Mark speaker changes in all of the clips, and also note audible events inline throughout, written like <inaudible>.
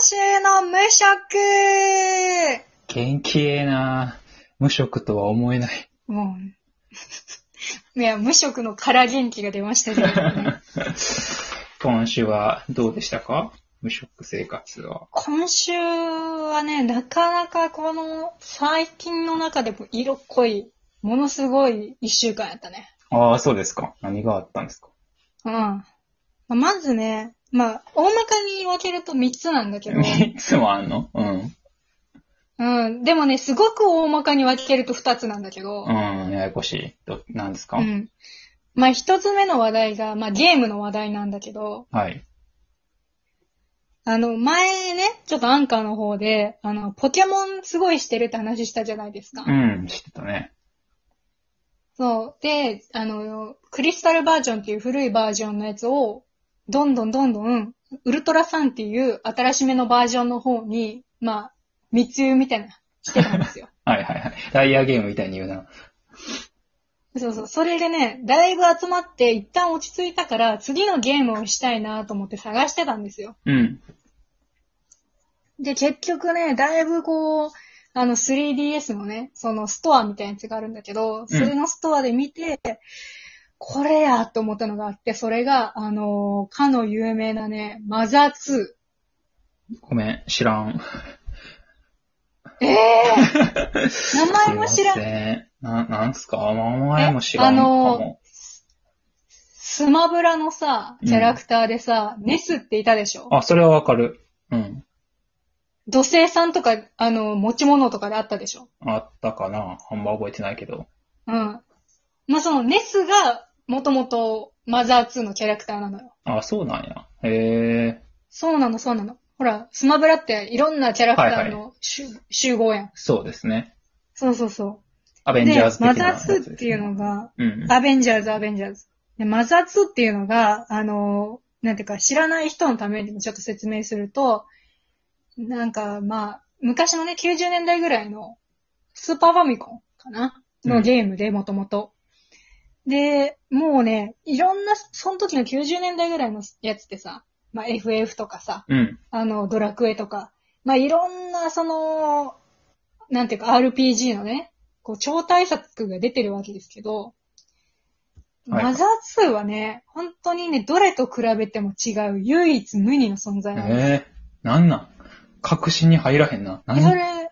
Speaker 1: 週の無職
Speaker 2: 元気ええな無職とは思え <laughs> ない。
Speaker 1: もう、 <laughs> いや、無職の空元気が出ましたけれども <laughs> ね。
Speaker 2: 今週はどうでしたか無職生活は。
Speaker 1: 今週はね、なかなかこの最近の中でも色濃い、ものすごい一週間やったね。
Speaker 2: ああ、そうですか。何があったんですか
Speaker 1: うん。まあまずね、まあ、大まかに分けると3つなんだ <laughs> けど、
Speaker 2: いつもあんのうん。
Speaker 1: うん。でもね、すごく大まかに分けると2つなんだけど、
Speaker 2: うん、ややこしい。ど、何ですか、
Speaker 1: うん。まあ、一つ目の話題が、まあ、ゲームの話題なんだけど、
Speaker 2: はい。
Speaker 1: あの、前ね、ちょっとアンカーの方で、あの、ポケモンすごいしてるって話したじゃないですか。
Speaker 2: うん、知ってたね。
Speaker 1: そう。で、あの、クリスタルバージョンっていう古いバージョンのやつを、どんどんどんどん、ウルトラサンっていう新しめのバージョンの方に、まあ、密輸みたいな、してたん
Speaker 2: <laughs>
Speaker 1: ですよ。
Speaker 2: はいはいはい。ダイヤゲームみたいに言うな。
Speaker 1: そうそう。それでね、だいぶ集まって、一旦落ち着いたから、次のゲームをしたいなと思って探してたんですよ。
Speaker 2: うん。
Speaker 1: で、結局ね、だいぶこう、あの 3DS のね、そのストアみたいなやつがあるんだけど、それのストアで見て、これやと思ったのがあって、それが、あのーかの有名なね、マザー2。
Speaker 2: ごめん、知らん。
Speaker 1: ええ
Speaker 2: <laughs>
Speaker 1: ー、名前も知ら
Speaker 2: す
Speaker 1: ん。
Speaker 2: いません。な、なんすか名前も知ら
Speaker 1: えあ
Speaker 2: んか
Speaker 1: のー
Speaker 2: も。
Speaker 1: スマブラのさ、キャラクターでさ、ネスっていたでしょ
Speaker 2: あそれはわかる。うん。
Speaker 1: 土星さんとか、あの、持ち物とかであったでしょ
Speaker 2: あったかなあんま覚えてないけど。
Speaker 1: うん。まあ、そのネスが、もともとマザー2のキャラクターなのよ。
Speaker 2: あ、そうなんや。へえ。
Speaker 1: そうなの、そうなの。ほら、スマブラっていろんなキャラクタ
Speaker 2: はいは
Speaker 1: ー
Speaker 2: い
Speaker 1: の集,、集合やん。
Speaker 2: そうですね。
Speaker 1: そうそうそ
Speaker 2: ア
Speaker 1: う。
Speaker 2: ベンジャーズ的な
Speaker 1: マ
Speaker 2: やつ
Speaker 1: ザー
Speaker 2: です
Speaker 1: 2
Speaker 2: ね、
Speaker 1: っていうのが、
Speaker 2: うん。
Speaker 1: アベンジャーズ、アベンジャーズ。でマザー2っていうのが、あのー、なんていうか、知らない人のためにもちょっと説明すると、なんか、まあ、昔のね、90年代ぐらいの、スーパーファミコンかな
Speaker 2: う
Speaker 1: の
Speaker 2: ん
Speaker 1: ゲームで、もともと。で、もうね、いろんな、その時の90年代ぐらいのやつってさ、まあ、FF とかさ、
Speaker 2: うん。
Speaker 1: あの、ドラクエとか、まあ、いろんな、その、なんていうか、RPG のね、こう、超大作が出てるわけですけど、
Speaker 2: はい
Speaker 1: マザー2はね、本当にね、どれと比べても違う、唯一無二の存在なんです。
Speaker 2: ええなんなん確信に入らへんな。
Speaker 1: でそ
Speaker 2: 何
Speaker 1: れ、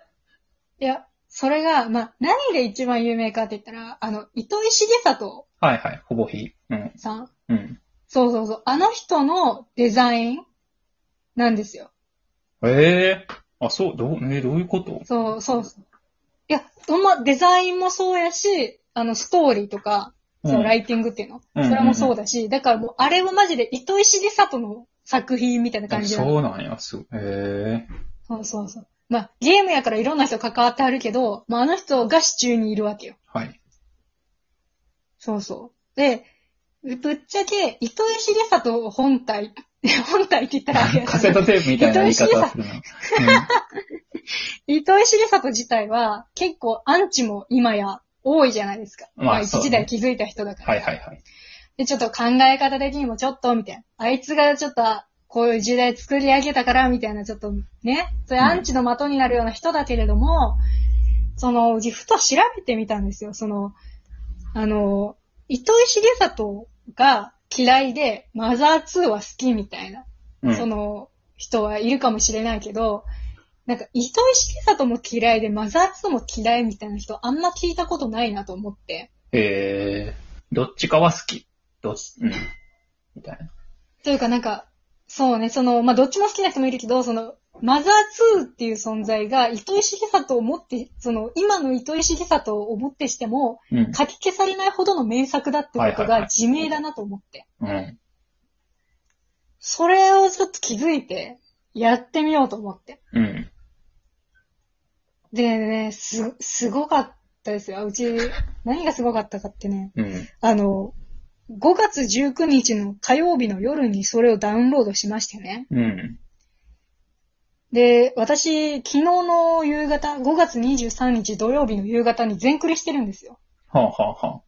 Speaker 1: いや、それが、まあ、何が一番有名かって言ったら、あの、糸井重里
Speaker 2: はいはい。ほぼひ。うん。
Speaker 1: さん
Speaker 2: うん。
Speaker 1: そうそうそう、あの人のデザインなんですよ。
Speaker 2: ええあ、そう、どう、えーどういうこと
Speaker 1: そうそうそう。いや、ほんま、デザインもそうやし、あの、ストーリーとか、そのライティングっていうの、
Speaker 2: うん
Speaker 1: それもそうだし、だからもう、あれはマジで糸井重里の作品みたいな感じなの
Speaker 2: そうなんや、すええ
Speaker 1: そうそうそう。まあ、ゲームやからいろんな人関わってあるけど、まあ、あの人が支柱にいるわけよ。
Speaker 2: はい。
Speaker 1: そうそう。で、ぶっちゃけ、糸井重里本体、 <laughs> 本体って言ったらあれや
Speaker 2: カセッ
Speaker 1: な
Speaker 2: トテープみたいな言い方するな。
Speaker 1: 糸井重里自体は、結構アンチも今や多いじゃないですか。
Speaker 2: まあ
Speaker 1: まあ、一
Speaker 2: そうね
Speaker 1: 時代気づいた人だか
Speaker 2: うん
Speaker 1: ら。
Speaker 2: はいはいはい。
Speaker 1: で、ちょっと考え方的にもちょっと、みたいな。あいつがちょっと、こういう時代作り上げたから、みたいな、ちょっとね、そういうアンチの的になるような人だけれども、その、うちふと調べてみたんですよ。その、あの、糸井重里が嫌いで、マザー2は好きみたいな、
Speaker 2: うん。
Speaker 1: その人はいるかもしれないけど、なんか、糸井重里も嫌いで、マザー2も嫌いみたいな人、あんま聞いたことないなと思って。
Speaker 2: ええどっちかは好き。どっち、うん。みたいな。
Speaker 1: というかなんか、そうね、その、まあ、どっちも好きな人もいるけど、その、マザー2っていう存在が、糸井重里をもって、その、今の糸井重里をもってしても、
Speaker 2: うん。
Speaker 1: 書き消されないほどの名作だってこ
Speaker 2: はいは
Speaker 1: と
Speaker 2: いはい
Speaker 1: が自明だなと思って。
Speaker 2: うん。
Speaker 1: それをちょっと気づいて、やってみようと思って。
Speaker 2: うん。
Speaker 1: でね、す、すごかったですよ。うち、何がすごかったかってね、
Speaker 2: うん。
Speaker 1: あの、5月19日の火曜日の夜にそれをダウンロードしましてね。
Speaker 2: うん。
Speaker 1: で、私、昨日の夕方、5月23日土曜日の夕方に全クリしてるんですよ。
Speaker 2: はあはあはあ。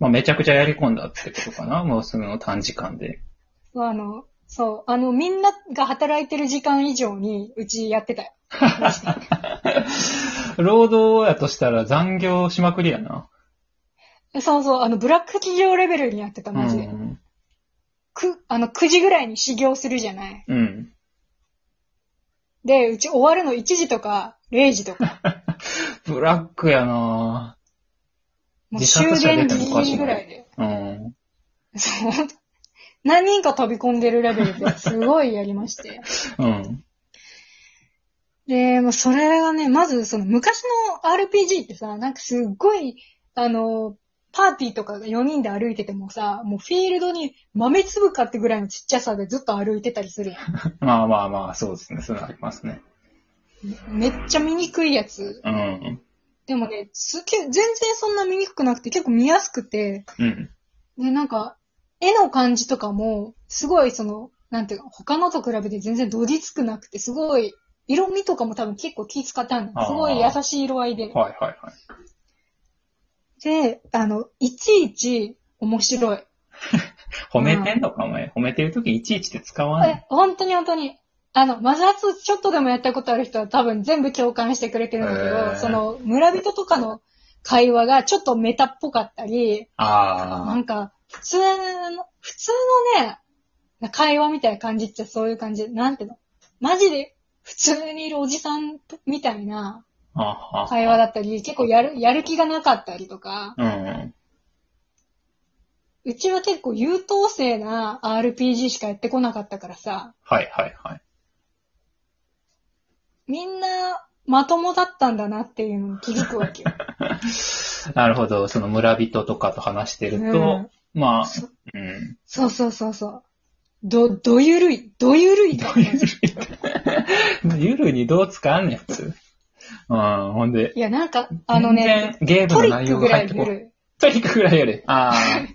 Speaker 2: まあ、めちゃくちゃやり込んだってことかなもうその短時間で。
Speaker 1: あの、そう。あの、みんなが働いてる時間以上に、うちやってたよ。マジで
Speaker 2: 労働やとしたら残業しまくりやな。
Speaker 1: そうそう、あの、ブラック企業レベルにやってた、マジで。
Speaker 2: うん。
Speaker 1: く、あの、9時ぐらいに始業するじゃない。
Speaker 2: うん。
Speaker 1: で、うち終わるの1時とか0時と
Speaker 2: <laughs>
Speaker 1: か。
Speaker 2: ブラックやな
Speaker 1: もう
Speaker 2: 自
Speaker 1: 終
Speaker 2: 殺者
Speaker 1: 電
Speaker 2: 出
Speaker 1: ギ
Speaker 2: た
Speaker 1: リ
Speaker 2: ら
Speaker 1: ギ
Speaker 2: おかしいね
Speaker 1: リぐらいで。
Speaker 2: うん。
Speaker 1: <laughs> そう。何人か飛び込んでるレベルですごいやりまして。
Speaker 2: うん。
Speaker 1: で、もうそれがね、まずその昔の RPG ってさ、なんかすっごい、あの、パーティーとかが4人で歩いててもさ、もうフィールドに豆粒かってぐらいのちっちゃさでずっと歩いてたりするや
Speaker 2: まあまあまあ、そうですね。そういうのありますね。
Speaker 1: ん。めっちゃ醜いやつ。
Speaker 2: うん。
Speaker 1: でもね、すげえ全然そんな醜くなくて結構見やすくて、
Speaker 2: うん。
Speaker 1: で、なんか、絵の感じとかも、すごいその、なんていうか、他のと比べて全然どぎつくなくて、すごい、色味とかも多分結構気使ったんだ。すごい優しい色合いで。
Speaker 2: はいはいはい。
Speaker 1: で、あの、いちいち面白い。
Speaker 2: 褒めてんのか、お前。褒めてるときいちいちって使わない。
Speaker 1: え、本当に本当に。あの、マザー2ちょっとでもやったことある人は多分全部共感してくれてるんだけど、
Speaker 2: へー
Speaker 1: その、村人とかの会話がちょっとメタっぽかったり、な
Speaker 2: あ
Speaker 1: んか、普通の、普通のね、会話みたいな感じってそういう感じ。なんていうのマジで普通にいるおじさんみたいな
Speaker 2: あ。ああ。
Speaker 1: 会話だったり、結構やる、やる気がなかったりとか、
Speaker 2: うん。
Speaker 1: うちは結構優等生な RPG しかやってこなかったからさ、
Speaker 2: はいはいはい。
Speaker 1: みんなまともだったんだなっていうのに気づくわ
Speaker 2: <laughs>
Speaker 1: けよ。
Speaker 2: なるほど。その村人とかと話してる
Speaker 1: う
Speaker 2: と
Speaker 1: ん、
Speaker 2: まあ
Speaker 1: そ、
Speaker 2: うん。
Speaker 1: そうそうそうそう。ど、どゆるい、どゆるいだったい
Speaker 2: <laughs> ゆるにどう使わんねん、普通。うん、ほんで。
Speaker 1: や、なんか、あのね、
Speaker 2: 全然ゲー
Speaker 1: ト
Speaker 2: ム
Speaker 1: リ
Speaker 2: の
Speaker 1: ッ
Speaker 2: 内
Speaker 1: ク
Speaker 2: 容
Speaker 1: ぐ
Speaker 2: が
Speaker 1: ら
Speaker 2: 入
Speaker 1: い
Speaker 2: って
Speaker 1: ゆ
Speaker 2: こない。
Speaker 1: るい。い
Speaker 2: トリックぐらいより。ああ、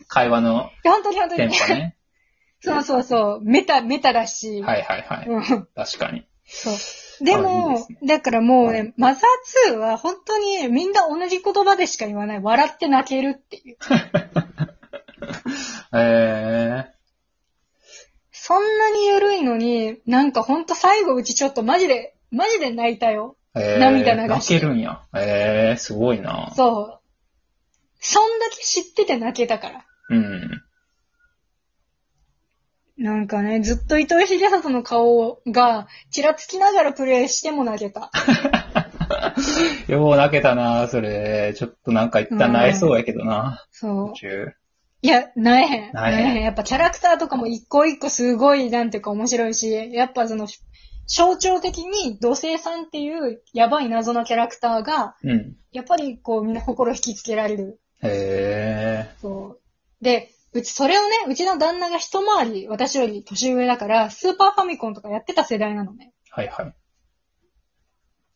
Speaker 2: 会話の
Speaker 1: や、本当に本当
Speaker 2: テ
Speaker 1: <laughs>
Speaker 2: ン
Speaker 1: に。
Speaker 2: ポね。
Speaker 1: そうそうそう、メタ、メタだし。
Speaker 2: はいはいはい。
Speaker 1: うん。
Speaker 2: 確かに。
Speaker 1: そう。で
Speaker 2: あいい
Speaker 1: も
Speaker 2: ですね
Speaker 1: だからもう
Speaker 2: は
Speaker 1: ね、マザー2は本当にみんな同じ言葉でしか言わない。笑って泣けるっていう。
Speaker 2: ええ
Speaker 1: そんなに緩いのに、なんかほんと最後うちちょっとマジで、マジで泣いたよ。
Speaker 2: えー、
Speaker 1: 涙流して
Speaker 2: 泣けるんや。ええすごいな。
Speaker 1: そう。そんだけ知ってて泣けたから。
Speaker 2: うん。
Speaker 1: なんかね、ずっと糸井重里の顔が、ちらつきながらプレイしても泣けた。
Speaker 2: よう泣けたな、それ。ちょっとなんか一旦泣いそうやけどな、
Speaker 1: そう
Speaker 2: 途。中。
Speaker 1: いや、泣えへん。
Speaker 2: 泣えへん
Speaker 1: 泣えへん。やっぱキャラクターとかも一個一個すごい、なんていうか面白いし、やっぱその、象徴的に土星さんっていうやばい謎のキャラクターが、
Speaker 2: うん。
Speaker 1: やっぱりこうみんな心引きつけられる
Speaker 2: へえ
Speaker 1: そう。で、うち、それをね、うちの旦那が一回り、私より年上だから、スーパーファミコンとかやってた世代なのね。
Speaker 2: はいはい。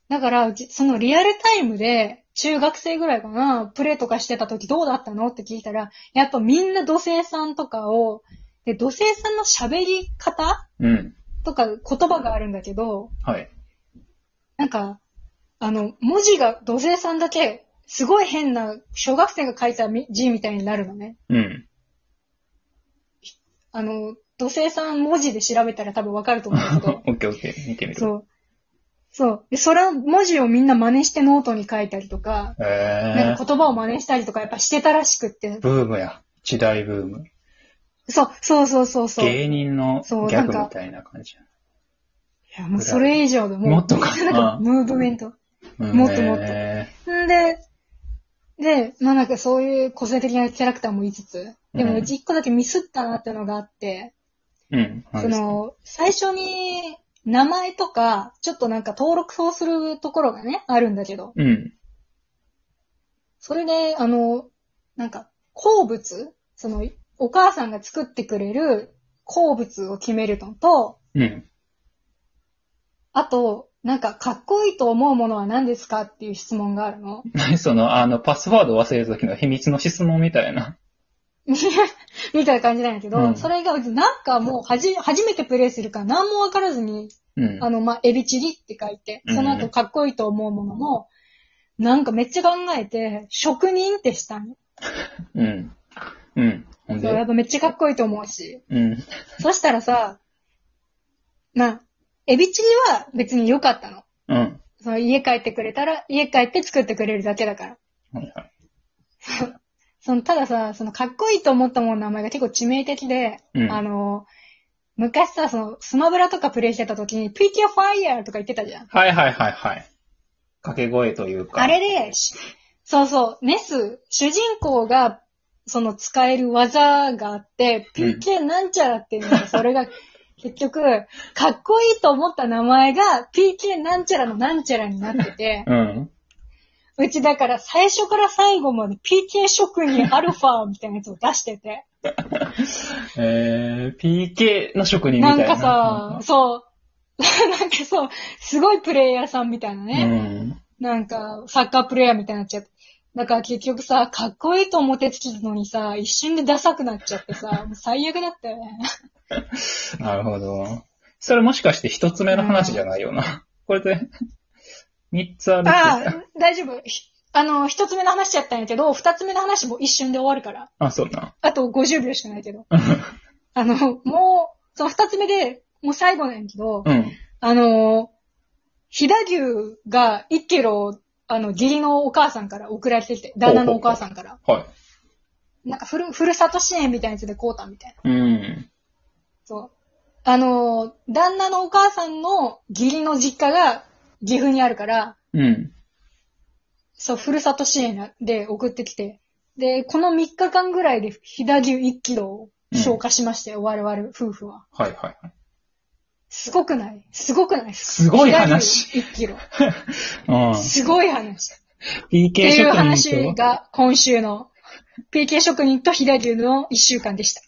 Speaker 1: だから、うち、そのリアルタイムで、中学生ぐらいかな、プレイとかしてた時どうだったのって聞いたら、やっぱみんな土星さんとかを、で、土星さんの喋り方
Speaker 2: うん。
Speaker 1: とか言葉があるんだけど、
Speaker 2: はい。
Speaker 1: なんか、あの、文字が土星さんだけ、すごい変な、小学生が書いたみ字みたいになるのね。
Speaker 2: うん。 <laughs>
Speaker 1: あの、土星さん文字で調べたら多分わかると思うんだけ
Speaker 2: <laughs>
Speaker 1: ど、
Speaker 2: オッケーオッケー。見てみる。
Speaker 1: そう。そう。で、それを、文字をみんな真似してノートに書いたりとか、
Speaker 2: へ
Speaker 1: なん
Speaker 2: え
Speaker 1: か言葉を真似したりとかやっぱしてたらしくって。
Speaker 2: ブームや。時代ブーム。
Speaker 1: そう、そうそうそうそう。い
Speaker 2: 芸人のギ
Speaker 1: そう
Speaker 2: ャグみたいな感じ。
Speaker 1: や、もうそれ以上でもう、
Speaker 2: もっとか
Speaker 1: なんか
Speaker 2: うん
Speaker 1: ムーブメント。
Speaker 2: うん
Speaker 1: <laughs> もっともっと
Speaker 2: へ
Speaker 1: んで、で、まあなんかそういう個性的なキャラクターもいつつ、で
Speaker 2: う
Speaker 1: も
Speaker 2: ん
Speaker 1: うち一個だけミスったなってのがあって、
Speaker 2: ーうん。
Speaker 1: その、最初に名前とか、ちょっとなんか登録をするところがね、あるんだけど、
Speaker 2: うん。
Speaker 1: それで、あの、なんか、好物その、お母さんが作ってくれる好物を決めるのと、
Speaker 2: うん。
Speaker 1: あと、なんか、かっこいいと思うものは何ですかっていう質問があるの。 <laughs>
Speaker 2: 何その、あの、パスワード忘れるときの秘密の質問みたいな。
Speaker 1: みたいな感じなんやけど、
Speaker 2: うん
Speaker 1: それが、なんかもう、はじ、初めてプレイするから何もわからずに、
Speaker 2: うん。
Speaker 1: あの、まあ、エビチリって書いて、その
Speaker 2: う
Speaker 1: 後
Speaker 2: ん
Speaker 1: かっこいいと思うものも、なんかめっちゃ考えて、職人ってしたの。
Speaker 2: うん。うん。ほん
Speaker 1: そうや
Speaker 2: で
Speaker 1: っ、ぱめっちゃかっこいいと思うし。
Speaker 2: うん。
Speaker 1: そしたらさ、まあ、エビチリは別に良かったの。
Speaker 2: うん。は
Speaker 1: その家帰ってくれたら、家帰って作ってくれるだけだから。
Speaker 2: いはい。
Speaker 1: その、たださ、その、かっこいいと思ったものの名前が結構致命的で、
Speaker 2: うん
Speaker 1: あの、昔さ、その、スマブラとかプレイしてた時に、ピーキ r ファイヤーとか言ってたじゃん。
Speaker 2: はいはいはいはい。掛け声というか。
Speaker 1: あれで、しそうそう、ネス、主人公が、その使える技があって、
Speaker 2: うん
Speaker 1: PK なんちゃらっていうのが、それが、結局、かっこいいと思った名前が、PK なんちゃらのなんちゃらになって
Speaker 2: <laughs>
Speaker 1: て、
Speaker 2: うん。
Speaker 1: うちだから最初から最後まで PK 職人アルファみたいなやつを出してて、
Speaker 2: えー、PK の職人みた
Speaker 1: ないん
Speaker 2: な。
Speaker 1: かさ、そう、 <laughs> なんかそう、すごいプレイヤーさんみたいな
Speaker 2: う
Speaker 1: ね。
Speaker 2: ん。
Speaker 1: なんか、サッカープレイヤーみたいになっちゃって。だから結局さ、かっこいいと思ってつけたのにさ、一瞬でダサくなっちゃって
Speaker 2: <laughs>
Speaker 1: さ、もう最悪だったよね。
Speaker 2: なるほど。それもしかして一つ目の話じゃないよな。これで、三つある
Speaker 1: あ
Speaker 2: って。
Speaker 1: あ、大丈夫。ひあの、一つ目の話しちゃったんやけど、二つ目の話も一瞬で終わるから。
Speaker 2: あ、そうな。
Speaker 1: あと50秒しかないけど。あの、もう、その二つ目で、もう最後なんやけど、
Speaker 2: <laughs> うん。
Speaker 1: あの、飛騨牛が1キロ、あの、義理のお母さんから送られてきて、旦那のお母さんから。
Speaker 2: は
Speaker 1: なんかふる、ふるさと支援みたいなやつでこうたみたいな。
Speaker 2: い。うん。
Speaker 1: そう。あのー、旦那のお母さんの義理の実家が岐阜にあるから、
Speaker 2: うん。
Speaker 1: そう、ふるさと支援で送ってきて、で、この3日間ぐらいで飛騨牛1キロを消化しましたよ、我々夫婦は。
Speaker 2: はいはいはい。
Speaker 1: すごくないすごくない
Speaker 2: すごい話。
Speaker 1: 飛騨牛1キロ。
Speaker 2: うん。
Speaker 1: すごい話。っ
Speaker 2: PK
Speaker 1: ていう
Speaker 2: 職
Speaker 1: 話
Speaker 2: 人と。
Speaker 1: が今週の PK 職人と飛騨牛の1週間でした。